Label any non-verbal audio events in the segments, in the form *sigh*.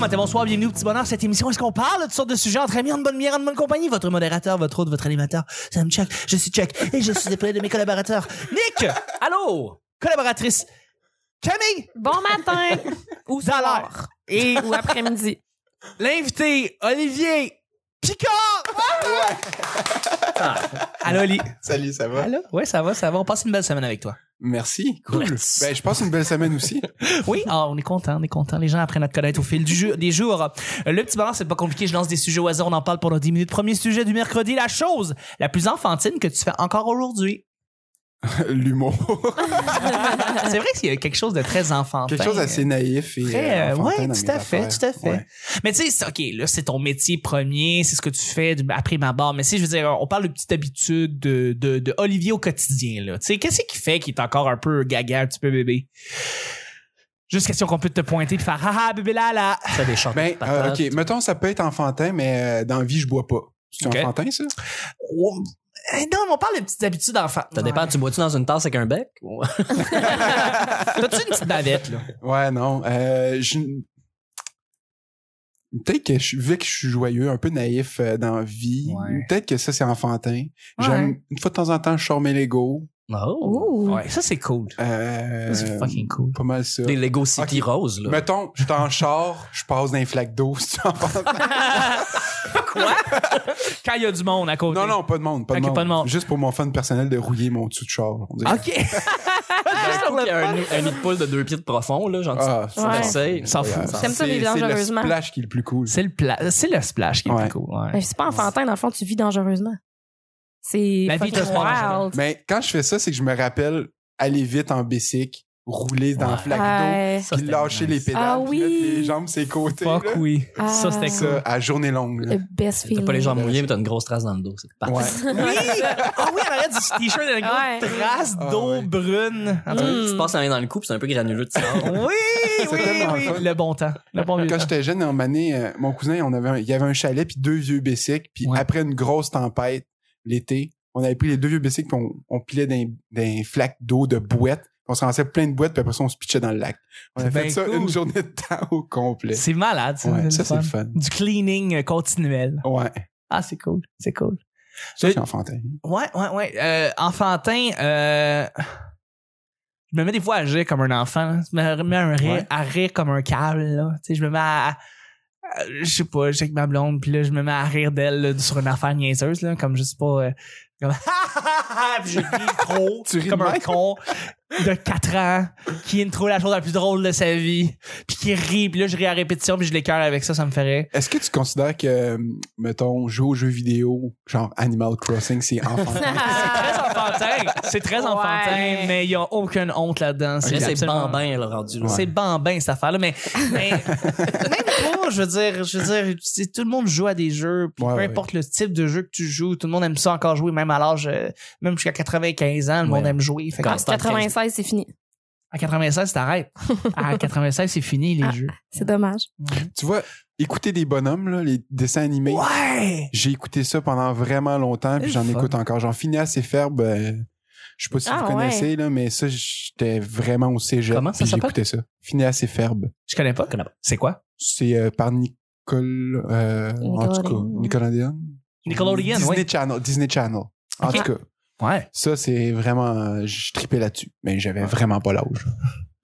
matin, bonsoir, bienvenue au petit bonheur. Cette émission, est-ce qu'on parle de toutes sortes de sujets entre amis, en bonne bière, en bonne compagnie? Votre modérateur, votre hôte, votre animateur, Sam Chuck. Je suis Chuck et je suis auprès de mes collaborateurs. Nick! Allô? Collaboratrice. Camille! Bon *laughs* matin ou Dans soir *laughs* et ou après-midi. L'invité, Olivier Picard! Ah. Allô, Oli. Salut, ça va? Allô? Ouais, ça va, ça va. On passe une belle semaine avec toi. Merci, cool. Merci. Ben, je passe une belle semaine *laughs* aussi. Oui, ah, on est content, on est content. Les gens apprennent à te connaître au fil du jeu, des jours. Euh, Le petit bonheur, c'est pas compliqué. Je lance des sujets au hasard, on en parle pendant 10 minutes. Premier sujet du mercredi, la chose la plus enfantine que tu fais encore aujourd'hui. L'humour. Ah, c'est vrai qu'il y a quelque chose de très enfantin. Quelque chose d'assez naïf et. Très, euh, euh, enfantin ouais, dans tout mes à fait, affaires. tout à fait. Ouais. Mais tu sais, c'est- OK, là, c'est ton métier premier, c'est ce que tu fais de- après ma barre. Mais si, je veux dire, on parle de petites habitudes de, de, de Olivier au quotidien, là. Tu sais, qu'est-ce qui fait qu'il est encore un peu gaga, un petit peu bébé? Juste question qu'on peut te pointer et faire haha, bébé là là. Ça des chanteurs Ben, euh, ok, mettons, ça peut être enfantin, mais euh, dans la vie, je bois pas. C'est Ok. enfantin, ça? Oh, eh, Non, mais on parle de petites habitudes d'enfant. Ça dépend, tu bois-tu dans une tasse avec un bec? ou- T'as-tu une petite bavette, là? Ouais, non. Euh, je... Peut-être que je, vu que je suis joyeux, un peu naïf euh, dans la vie, Ouais. peut-être que ça, c'est enfantin. J'aime, une fois de temps en temps, je sors mes Legos. Oh. Ouh. Ouais, ça, c'est cool. Euh, Ça, c'est fucking cool. Pas mal ça. Des Lego City Ok. Rose, là. Mettons, je suis en char, je passe d'un flaque d'eau, *laughs* c'est enfantin. Quoi? Quand il y a du monde à côté. Non, non, pas de monde. Pas, Ok, de, monde. pas de monde. Ah, Juste pour mon fun personnel de rouiller mon dessous de char. on dirait. OK. *laughs* Ah, Juste sur Il y le a un, fun. nid- un nid de poule de deux pieds de profond, là, genre. Ah, ça, Ouais. on s'en Essaye. fout. S'en fout. Ouais, S'en J'aime ça, c'est- vivre dangereusement. C'est le splash qui est le plus cool. C'est le, pla- c'est le splash qui est le Ouais. plus cool. ouais. Mais Ben, c'est pas enfantin, dans le fond, tu vis dangereusement. C'est La vie fucking te prend dangereusement. wild. Mais quand je fais ça, c'est que je me rappelle aller vite en bicycle, rouler dans Ouais. le flaque Ouais. d'eau, puis lâcher les pédales, Ah puis mettre oui. les jambes sur les côtés. Fuck là. oui. Ah. Ça, c'était cool. Ça, à journée longue. là. Euh, Le best T'as feeling. pas les jambes mouillées, mais t'as une grosse trace dans le dos. C'est bah, *laughs* parfait. Ouais. Oui! Ah oui, on arrête du t-shirt avec une Ouais. grosse trace Ah d'eau ouais. brune. En tout cas, Hmm. *laughs* Tu te passes la main dans le cou, puis c'est un peu granuleux *laughs* de sang. Oui, oui, tellement oui. fun. Le bon temps. Le bon vieux Quand temps. j'étais jeune, en année, euh, mon cousin, on avait un- il y avait un chalet puis deux vieux bicycles. Puis Ouais. après une grosse tempête, l'été, on avait pris les deux vieux bicycles puis on, on pilait d'un d'un flaque d'eau de bouettes. On se lançait plein de bouettes puis après ça, on se pitchait dans le lac. On a C'est fait bien ça cool. une journée de temps au complet. C'est malade, ça. Ouais, le ça, c'est fun. le fun. Du cleaning euh, continuel. Ouais, Ah, c'est cool. C'est cool. ça, Euh, c'est enfantin. Ouais, ouais, ouais. Euh, enfantin, euh, je me mets des fois à agir comme un enfant. là. Je me mets à un rire, Ouais. à rire comme un câble. Là. Tu sais, je me mets à, à- Je sais pas, je suis avec ma blonde, puis là, je me mets à rire d'elle là, sur une affaire niaiseuse, là, comme je sais pas. euh, comme *laughs* puis je ris trop, Tu ris comme de un même? con de 4 ans qui trouve la chose la plus drôle de sa vie, puis qui rit, puis là, je ris à répétition, puis je l'écœure avec ça, ça me ferait. Est-ce que tu considères que, euh, mettons, jouer aux jeux vidéo, genre Animal Crossing, c'est *laughs* enfantin? très Ah, enfantin. C'est très enfantin, Ouais. mais il n'y a aucune honte là-dedans. C'est vrai, c'est absolument- bambin, là, rendu. là. C'est bambin, cette affaire-là. Mais, mais même pas, je veux dire, je veux dire, tu sais, tout le monde joue à des jeux. puis Ouais, peu ouais. importe le type de jeu que tu joues, tout le monde aime ça encore jouer, même à l'âge, euh, même jusqu'à 95 ans, le monde Ouais. aime jouer. Fait que Quand- Ah, 96, c'est fini. à 96, t'arrêtes. À 96, c'est fini, les Ah. jeux. C'est dommage. tu vois, écouter des bonhommes, là, les dessins animés, Ouais! J'ai écouté ça pendant vraiment longtemps, puis C'est j'en le fun. écoute encore. J'en finis assez ferbe. euh, je sais pas si Ah, vous connaissez, là, mais ça, j'étais vraiment au cégep. Comment ça puis s'appelle? J'écoutais ça. Finis assez ferbe. Je connais pas. Je connais pas. C'est quoi? C'est euh, par Nicole. euh, en tout cas, Nickelodeon. Nickelodeon, Disney oui. Channel. Disney Channel. En Ok. tout cas, Ouais. ça, c'est vraiment. euh, je tripais là-dessus, mais j'avais vraiment pas l'âge.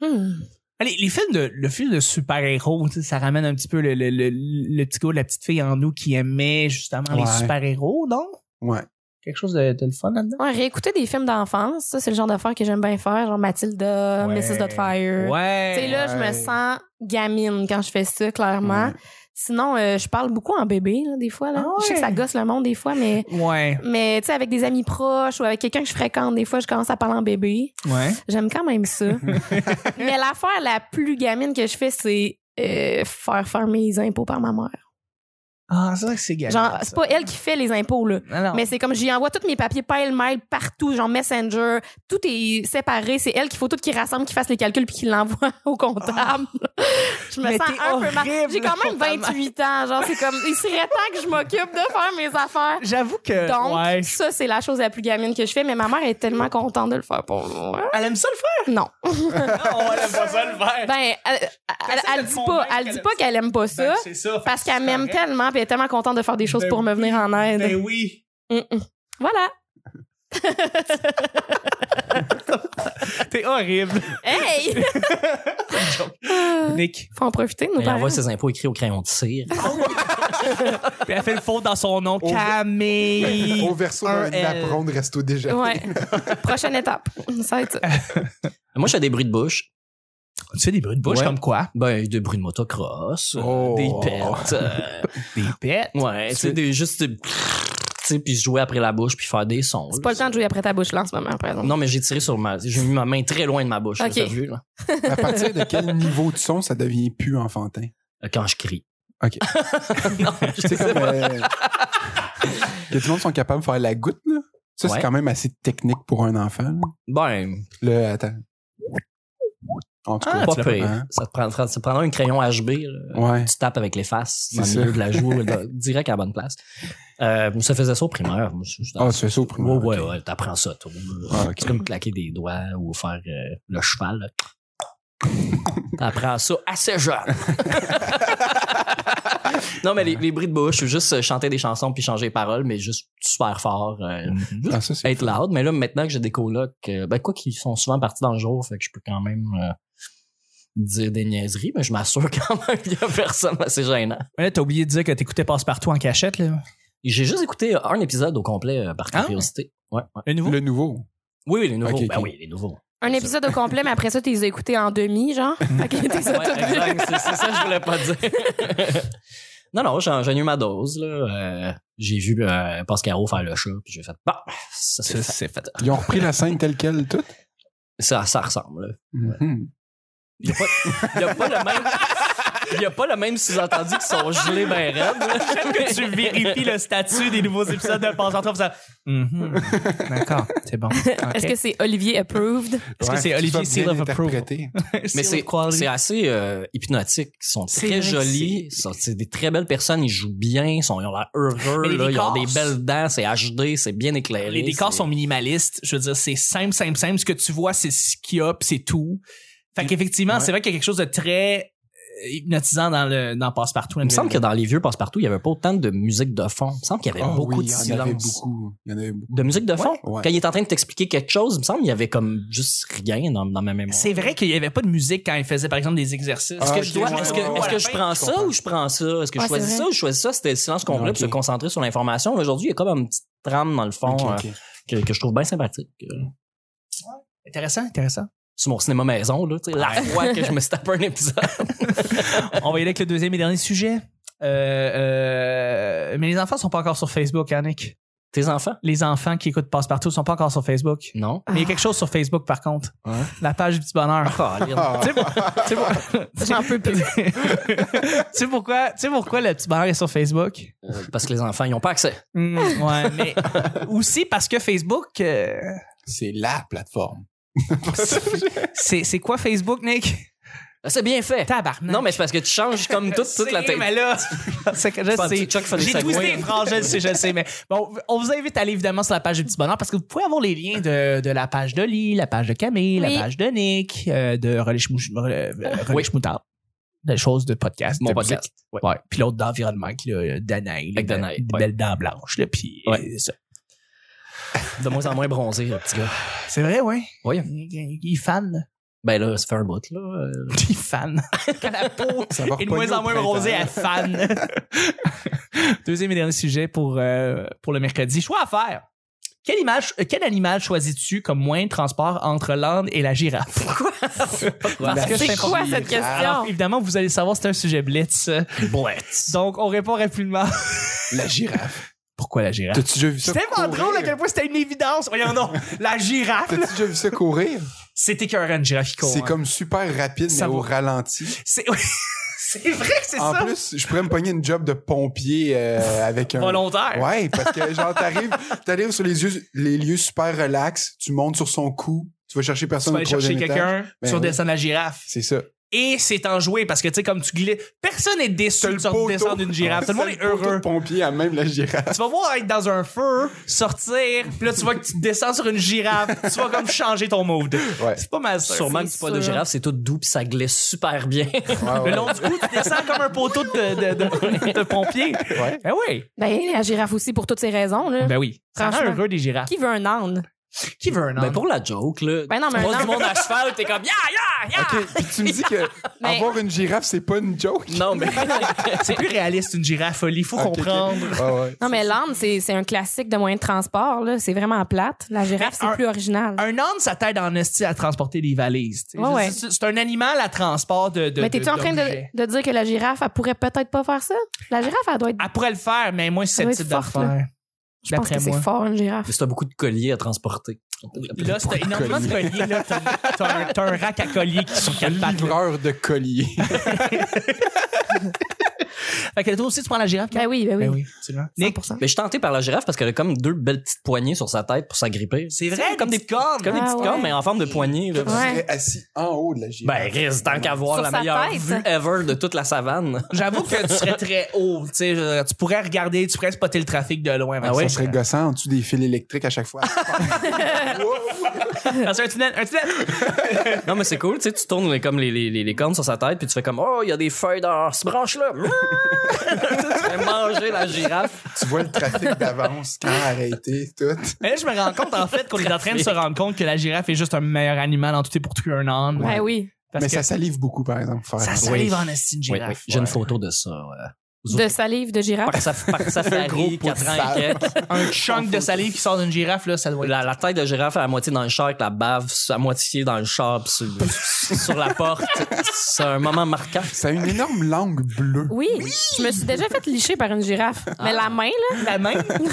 Hmm. Allez, Ben, les films de, le film de super-héros, tu sais, ça ramène un petit peu le, le, le, le petit gars, la petite fille en nous qui aimait justement les Ouais. super-héros, non? Ouais. Quelque chose de, de le fun là-dedans? Ouais, réécouter des films d'enfance, ça, c'est le genre d'affaires que j'aime bien faire, genre Mathilda, Ouais. Mrs. Dotfire. Ouais. Tu sais, là, je me Ouais. sens gamine quand je fais ça, clairement. Ouais. Sinon, euh, je parle beaucoup en bébé, là, des fois. Là. Ah Je sais que ouais. ça gosse le monde, des fois, mais, Ouais. mais tu sais, avec des amis proches ou avec quelqu'un que je fréquente, des fois, je commence à parler en bébé. Ouais. J'aime quand *laughs* même ça. mais l'affaire la plus gamine que je fais, c'est euh, faire faire mes impôts par ma mère. Ah, c'est vrai que c'est galère. Genre, c'est pas elle qui fait les impôts, là. Non, non. Mais c'est comme j'y envoie tous mes papiers pile-mail partout, genre Messenger, tout est séparé, c'est elle qu'il faut tout qui rassemble, qui fasse les calculs puis qui l'envoie *laughs* au comptable. je me Mais sens t'es un peu mal. horrible, J'ai quand même comptable. 28 ans, genre c'est comme il serait temps que je m'occupe de faire mes affaires. J'avoue que. Donc, Euh, ouais. ça, c'est la chose la plus gamine que je fais, mais ma mère est tellement contente de le faire pour moi. Elle aime ça le faire? Non. Non, elle aime pas ça *laughs* le faire. Ben, elle, elle, elle- elle de dit pas, convaincre elle qu'elle dit pas aime qu'elle aime pas ça, Ben, c'est ça. fait parce que qu'elle c'est m'aime correct. tellement, puis elle est tellement contente de faire des choses Ben pour me venir en aide. Ben oui. Mm-mm. Voilà. T'es *laughs* horrible. Hey! *laughs* Euh, Nick. Faut en profiter de nos Ben, Elle parents. envoie ses impôts écrits au crayon de *laughs* cire. Puis elle fait le faux dans son nom. Au- Camille. Au verso un d'un euh, L. apprendre resto déjà. Ouais. *laughs* Prochaine étape. Ça va être ça. Moi, je fais des bruits de bouche. Tu fais des bruits de bouche Ouais. comme quoi? Ben, des bruits de motocross, euh, Oh. des pertes. euh, Des pets. ouais, *laughs* tu sais, des, juste. des- Tu sais, puis jouer après la bouche, puis faire des sons. C'est pas le temps de jouer après ta bouche là en ce moment, par exemple. Non, mais j'ai tiré sur ma. J'ai mis ma main très loin de ma bouche. là, Ok. T'as vu, là? Oh. À partir de quel niveau de son ça devient plus enfantin? Euh, Quand je crie. OK. non, je C'est sais comme. pas. euh, Il y a du monde qui sont capables de faire la goutte, là. Ça, Ouais. c'est quand même assez technique pour un enfant. là. Ben, Le. Attends. En tout Ah, cas. tu pas l'as pire. pas, hein? Ça te prend- ça te prendra un crayon HB. là. Ouais. Tu tapes avec les faces dans C'est le milieu ça. de la *laughs* joue, là, direct à la bonne place. Euh, ça faisait ça au primaire. Moi, je- je- Ah, tu fais ça au primaire. Ouais, ouais, ok. ouais, t'apprends ça, toi. Ah, ok. C'est comme claquer des doigts ou faire euh, le cheval. là. *laughs* T'apprends ça assez jeune. non, mais les, les bruits de bouche, ou juste euh, chanter des chansons puis changer les paroles, mais juste super fort. euh, Mm-hmm. Ah, ça, c'est. être loud. Mais là, maintenant que j'ai des colocs, euh, ben quoi qu'ils sont souvent partis dans le jour, fait que je peux quand même euh, dire des niaiseries, mais je m'assure *laughs* quand même qu'il y a personne assez gênant. Mais là, t'as oublié de dire que t'écoutais Passe-Partout en cachette, là. J'ai juste écouté euh, un épisode au complet euh, par Ah. curiosité. Ouais, ouais. Le nouveau? Le nouveau. Oui, oui, les nouveaux. Ok, ok. Ben oui, les nouveaux. Un épisode au complet, mais après ça, tu les as écoutés en *laughs* demi, genre. Fait que t'es ça Ouais, tout vu. exact, c'est, c'est ça que je voulais pas dire. *laughs* non, non, j'ai, j'ai eu ma dose. Là. Euh, j'ai vu euh, Pascaro faire le chat, puis j'ai fait, bon, ça, c'est fait. fait. Ils ont repris la scène telle qu'elle, toute. ça, ça ressemble. là. Mhm. Il n'y a, pas- il y a pas le même... Il n'y a pas le même sous-entendu qui sont gelés ben *laughs* raides. là. J'aime que *laughs* tu vérifies le statut des nouveaux épisodes de Passe-Partout. en faisant, Mhm. *laughs* D'accord, c'est bon. Est-ce que c'est Olivier approved? Est-ce Ouais, que c'est faut Olivier soit Seal bien of Approval? interprété. Mais c'est, c'est assez euh, hypnotique. Ils sont C'est très vrai que jolis. Ils sont- C'est des très belles personnes. Ils jouent bien. Ils, sont, ils ont l'air Mais heureux. les là. ils ont des décors- belles dents. C'est HD. C'est bien éclairé. Les décors c'est- sont minimalistes. Je veux dire, c'est simple, simple, simple. Ce que tu vois, c'est ce qu'il y a, puis c'est tout. Fait qu'effectivement, Ouais. c'est vrai qu'il y a quelque chose de très euh, hypnotisant dans le dans Passe-Partout. Il me semble que dans les vieux passe-partout, il n'y avait pas autant de musique de fond. Il me semble qu'il y avait Ah beaucoup oui, de Il y en avait silence. beaucoup. Il y en avait beaucoup. De musique de fond. Ouais. Quand il est en train de t'expliquer quelque chose, il me semble qu'il y avait comme juste rien dans, dans ma mémoire. c'est vrai qu'il y avait pas de musique quand il faisait par exemple des exercices. Est-ce Ah, que ok, je dois, ouais, est-ce que, ouais, ouais, est-ce que ouais, je ouais, prends je ça comprends. ou je prends ça? Est-ce que Ouais, je choisis c'est ça vrai. ou je choisis ça? C'était le silence complet Ok. pour se concentrer sur l'information. Aujourd'hui, il y a comme une petite trame dans le fond Ok, euh, ok. que, que je trouve bien sympathique. Euh, Intéressant, *laughs* intéressant. C'est mon cinéma maison, là, tu sais, la fois que je me suis tapé un épisode. On va y aller avec le deuxième et dernier sujet. Euh, euh, mais les enfants sont pas encore sur Facebook, Annick. Tes enfants? Les enfants qui écoutent Passe-Partout sont pas encore sur Facebook. Non. Mais il y a quelque chose sur Facebook par contre. Ouais. La page du petit bonheur. Ah, *laughs* Tu sais pour- tu sais pour- J'en peux plus. *laughs* tu sais pourquoi, tu sais pourquoi le petit bonheur est sur Facebook? Euh, parce que les enfants, ils n'ont pas accès. Hmm, ouais, mais *laughs* aussi parce que Facebook, euh, C'est la plateforme. c'est c'est quoi Facebook, Nick? C'est bien fait. Tabarnak. Non, mais c'est parce que tu changes comme toute, toute la Je tête. sais, Mais là, *laughs* c'est que je Pas un sais. petit Chuck, fallait J'ai que ça twisté goûte. les phrases, je le sais, je le sais. Mais bon, on vous invite à aller évidemment sur la page du Petit Bonheur parce que vous pouvez avoir les liens de, de la page de Lee, la page de Camille, Oui. la page de Nick, euh, de Relais Chmou- euh, Relais Oui. Chmoutarde. Des choses de podcast. Mon de podcast. musique. Ouais. Puis l'autre d'environnement, qui là, Danaï. là, Avec Danaï, Des ouais. belles dents blanches, là. Puis Ouais. euh, ça. De moins en moins bronzé, le petit gars. C'est vrai, ouais. Oui. Il il fan. *laughs* Ben là, ça fait un bout, là. Euh, Il fan. Quand la peau Ça va Et de moins repogner en au moins printemps. rosé hein. à *laughs* fan. Deuxième et dernier sujet pour, euh, pour le mercredi. Choix à faire. Quelle image, euh, quel animal choisis-tu comme moyen de transport entre l'âne et la girafe? Pourquoi? Parce La que Ben, je C'est t'informe. quoi Ben, cette question? Alors, évidemment, vous allez savoir, c'est un sujet blitz. Blitz. Donc, on répond rapidement. La girafe. Pourquoi la girafe? T'as-tu déjà vu ça C'est tellement courir? drôle à quel point c'était une évidence. Voyons non, la girafe, T'as-tu déjà vu ça courir? c'était qu'un une girafe qui court. C'est hein. comme super rapide, mais Ça au va. ralenti. C'est... *laughs* C'est vrai que c'est En ça. plus, je pourrais me pogner une job de pompier euh, avec un. Volontaire. Ouais, parce que genre, t'arrives, t'arrives sur les, yeux, les lieux super relax, tu montes sur son cou, tu vas chercher Tu personne vas au aller chercher troisième étage. quelqu'un, Ben tu oui. redescends la girafe. C'est ça. Et c'est enjoué parce que, tu sais, comme tu glisses, personne n'est déçu T'as de le sortir- poteau. descendre une girafe. Tout le monde est T'as poteau heureux. de pompier à même la *laughs* girafe. Tu vas voir être dans un feu, sortir, puis là, tu vois que tu descends sur une girafe, tu vas comme changer ton mood. Ouais. C'est pas mal ça. Sûrement que C'est tu pas de sûr. girafe, c'est tout doux puis ça glisse super bien. Ouais, Le ouais. long du cou, tu descends comme un poteau de, de, de, de pompier. Ouais. Ben oui. Ben, la girafe aussi, pour toutes ces raisons. Là. Ben oui. Ça rend Franchement. heureux des girafes. Qui veut un âne? Qui veut un ben pour la joke, là. Ben non, mais tu un vois âne. du monde à cheval, t'es comme, ya, ya, ya! Ok, puis *laughs* tu me dis que Mais- avoir une girafe, c'est pas une joke. Non, *laughs* mais. C'est plus réaliste une girafe folie, faut Ah, Ok, ok. comprendre. Ouais, ouais. Non, mais l'âne, c'est c'est un classique de moyen de transport. là. C'est vraiment plate. La girafe, Mais c'est Ben, un- plus original. Un âne, ça t'aide en esti à transporter des valises. tu sais. Ouais, ouais. C'est c'est un animal à transport de. de mais t'es-tu de- en train d'objets. de, de dire que la girafe, elle pourrait peut-être pas faire ça? La girafe, elle doit être. Elle pourrait le faire, mais moi, Ça c'est doit cette type être forte, là. d'affaire. Je pense que Ah, d'après c'est moi. fort, une girafe. Mais c'est beaucoup de colliers à transporter. Là, c'est énormément de colliers. là. T'as t'as un, t'as un rack à colliers qui est sur quatre pattes. là. Livreur de collier. Fait que toi aussi, tu prends la girafe, Ben Kat? oui, ben oui. Ben oui, c'est vrai. Nick, 100%. Mais je suis tenté par la girafe parce qu'elle a comme deux belles petites poignées sur sa tête pour s'agripper. c'est vrai, comme des cornes. Comme des Ah petites ouais. cornes, mais en forme de poignée. là. *laughs* Ouais. Tu serais assis en haut de la girafe. Ben, Chris, tant qu'à voir Sur la sa meilleure tête. vue ever de toute *laughs* la savane. J'avoue que tu serais très haut. Tu sais, je- tu pourrais regarder, tu pourrais spotter le trafic de loin. avec Ah ouais? *laughs* Ça serait gossant en dessous des fils électriques *laughs* à chaque fois. ça. Parce qu'un tunnel, un tunnel. Non, mais c'est cool, tu sais, tu tournes les, comme les, les, les, les cornes sur sa tête, puis tu fais comme, oh, il y a des feuilles dans *laughs* ce branche-là. *laughs* tu fais manger la girafe. tu vois le trafic d'avance quand arrêté, tout. Mais là, je me rends compte, en fait, qu'on est en train de se rendre compte que la girafe est juste un meilleur animal en tout et pour tout un âne. Ben oui. Parce Mais que ça salive beaucoup, par exemple. pour faire ça un- salive en esti une Oui, girafe. oui, j'ai une Ouais. photo de ça. ouais. Vous De autres- salive de girafe. Par sa, *laughs* par sa gros Ferrari, pot de 4 ans sable. et quelques. Un chunk de salive qui sort d'une girafe, là, ça doit être. La, la tête de girafe à la moitié dans le char avec la bave à moitié dans le char puis sur, sur *laughs* la porte. C'est un moment marquant. Ça a une énorme langue bleue. Oui. Je me suis déjà fait licher par une girafe. Mais la main, La main. Puis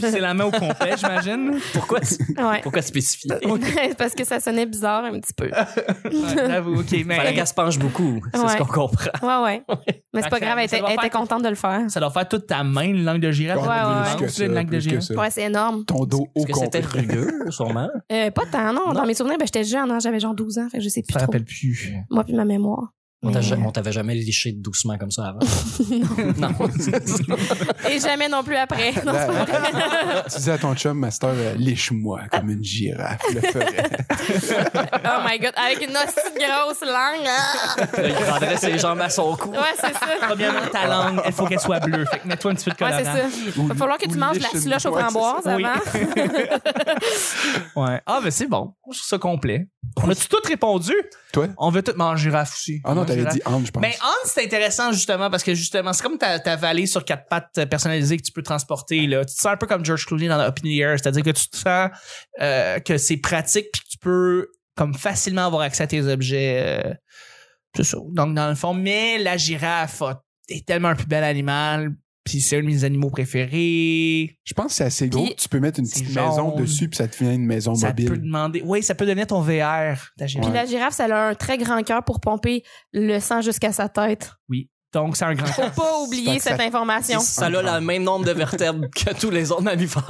c'est la main au complet, j'imagine. Pourquoi, là. Ouais. pourquoi spécifier? C'est *laughs* Parce que ça sonnait bizarre un petit peu. Ouais, J'avoue, ok, Fallait mais. qu'elle se penche beaucoup. C'est ce Ouais. qu'on comprend. Ouais, ouais. Mais c'est Fait pas que grave, elle ça était, doit elle était faire- contente de le faire. Ça doit faire toute ta main, une langue de girafe. Encore Ouais, ouais, plus ouais. que Tu sais, ça, une langue de plus que girafe. ça. Ouais, c'est énorme. Ton dos au Parce que c'était complet. rugueux, sûrement. Euh, pas tant, non. Non. Dans mes souvenirs, ben, j'étais jeune, hein, j'avais genre 12 ans, fait que je sais plus Je me trop. rappelle plus. Moi puis ma mémoire. On t'a Mais- ja- on t'avait jamais liché doucement *laughs* comme ça avant. non. Et jamais non plus après. Non, c'est pas vrai. *laughs* Tu dis à ton chum, Master, euh, liche-moi comme une girafe. Le ferait. Oh my god, avec une aussi grosse langue. Ah! Là, il prendrait ses jambes à son cou. Ouais, c'est ça. Premièrement, ta langue, il faut qu'elle soit bleue. Fait que mets-toi un petit peu de Ouais, colorant. c'est ça. Il va Ou- falloir que tu ou manges de la liche une- slush aux Ouais, c'est framboises ça. Oui. avant. Ouais. Ah, mais c'est bon. Je trouve ça complet. On a-tu tout répondu? Toi? On veut tout manger girafe aussi. Ah non, Manger t'avais girafe. dit Anne, je pense. Mais Hans, c'est intéressant justement parce que justement, c'est comme ta, ta vallée sur quatre pattes euh, personnalisée que tu peux transporter. Là. Tu te sens un peu comme George Clooney dans Opinion c'est-à-dire que tu te sens euh, que c'est pratique puis que tu peux comme facilement avoir accès à tes objets. euh, c'est ça. Donc dans le fond, mais la girafe a- est tellement un plus bel animal. Puis c'est un de mes animaux préférés. Je pense que c'est assez gros. Puis- Tu peux mettre une C'est petite jaune. maison dessus, puis ça te devient une maison Ça peut mobile. demander. Oui, ça peut devenir ton VR, ta girafe. Puis la girafe, ça a un très grand cœur pour pomper le sang jusqu'à sa tête. Donc c'est un *laughs* grand. Faut pas oublier Ça- cette Puis information. Ça a le même nombre de vertèbres que tous les autres mammifères.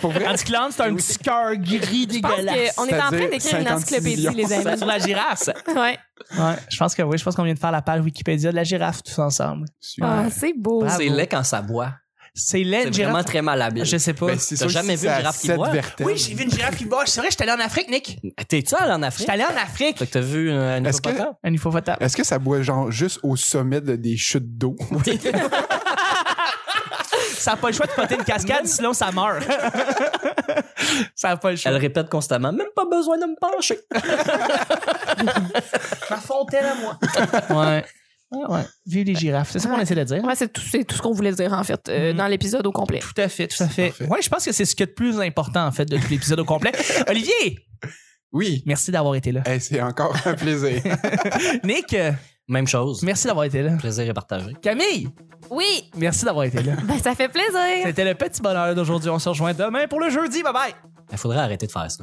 Pour vrai, Tandis que l'âne, c'est un petit cœur gris Je pense dégueulasse. qu'on est en train C'est-à-dire d'écrire une 56 encyclopédie, millions. les *laughs* amis. Sur la girafe. Ouais. Ouais, je pense que oui. Je pense qu'on vient de faire la page Wikipédia de la girafe tous ensemble. Ah, c'est beau. Bravo. C'est laid quand ça boit. C'est laid, C'est une vraiment girafe. très malhabile. Je sais pas. Ben, c'est sûr T'as que jamais si vu une ça a girafe qui sept boit? vertèbres. oui, j'ai vu une girafe qui boit. C'est vrai, j'étais allé en Afrique, Nick. T'es-tu allé en Afrique? J'étais allé en Afrique. Fait que t'as vu euh, un Est-ce que- hippopotame? Un hippopotame. Est-ce que ça boit genre juste au sommet de- des chutes d'eau? Ça n'a pas le choix de poter une cascade, sinon ça meurt. *laughs* ça n'a pas le choix. Elle répète constamment, même pas besoin de me pencher. Ma fontaine à *laughs* moi. ouais. Ouais, ouais. Vive les girafes. C'est ça qu'on essaie de dire. Ouais, c'est tout, c'est tout ce qu'on voulait dire, en fait, euh, Mhm. dans l'épisode au complet. Tout à fait, tout à fait. parfait. Ouais, je pense que c'est ce qui est le plus important, en fait, de l'épisode au complet. *laughs* Olivier, Oui. merci d'avoir été là. Eh, c'est encore un plaisir. Nick, euh, Même chose. merci d'avoir été là. Plaisir est partagé. Camille, Oui, merci d'avoir été là. ben, ça fait plaisir. C'était le petit bonheur d'aujourd'hui. On se rejoint demain pour le jeudi. Bye bye. Il faudrait arrêter de faire ça.